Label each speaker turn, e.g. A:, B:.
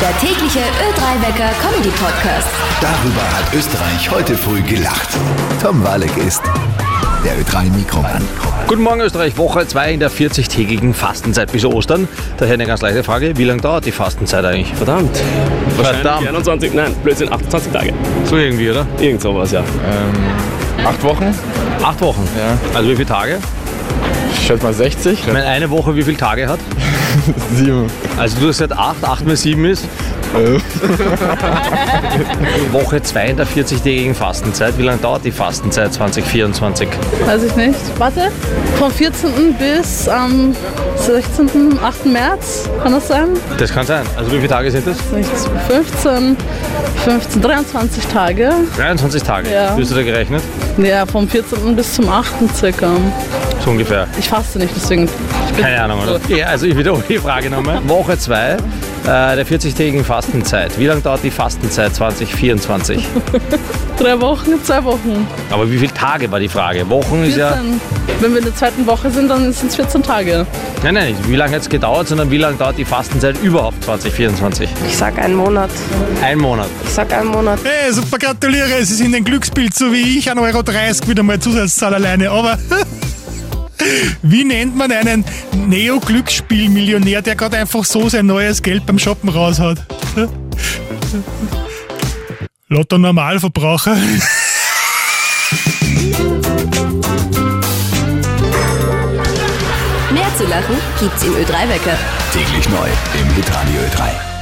A: Der tägliche Ö3-Wecker Comedy Podcast.
B: Darüber hat Österreich heute früh gelacht. Tom Walek ist der Ö3 Mikroman.
C: Guten Morgen Österreich, Woche 2 in der 40-tägigen Fastenzeit bis Ostern. Daher eine ganz leichte Frage, wie lange dauert die Fastenzeit eigentlich?
D: Verdammt.
C: Verdammt.
D: 21, nein, Blödsinn, 28 Tage.
C: So irgendwie, oder?
D: Irgend sowas, ja.
E: Acht Wochen?
C: Acht Wochen.
E: Ja.
C: Also wie viele Tage?
E: Ich schätze mal 60.
C: Ich meine, eine Woche wie viele Tage hat?
E: Sieben.
C: Also du hast gesagt 8, 8 mal 7 ist. Woche 2 in der 40-tägigen Fastenzeit. Wie lange dauert die Fastenzeit 2024?
F: Weiß ich nicht. Warte. Vom 14. bis am 16. 8. März. Kann das sein?
C: Das kann sein. Also wie viele Tage sind das?
F: Nicht 15, 15, 23 Tage.
C: 23 Tage.
F: Ja.
C: Wie hast du da gerechnet?
F: Ja, vom 14. bis zum 8. circa.
C: So ungefähr.
F: Ich faste nicht, deswegen. Ich bin
C: Keine Ahnung, oder? Ja, also ich wiederhole die Frage nochmal. Woche 2 äh, der 40-tägigen Fastenzeit. Wie lange dauert die Fastenzeit 2024?
F: Drei Wochen, zwei Wochen.
C: Aber wie viele Tage war die Frage? Wochen ist
F: 14.
C: ja.
F: Wenn wir in der zweiten Woche sind, dann sind es 14 Tage.
C: Nein, nein, nicht wie lange hat es gedauert, sondern wie lange dauert die Fastenzeit überhaupt 2024?
G: Ich sag einen Monat.
C: Ein Monat.
G: Ich sag einen Monat.
H: Hey, super, gratuliere. Es ist in den Glücksbild, so wie ich, 1,30 Euro wieder mal Zusatzzahl alleine. Aber wie nennt man einen Neo-Glücksspiel-Millionär, der gerade einfach so sein neues Geld beim Shoppen raushaut? Lotto Normalverbraucher.
A: Mehr zu lachen gibt's im Ö3-Wecker.
B: Täglich neu im Hitradio Ö3.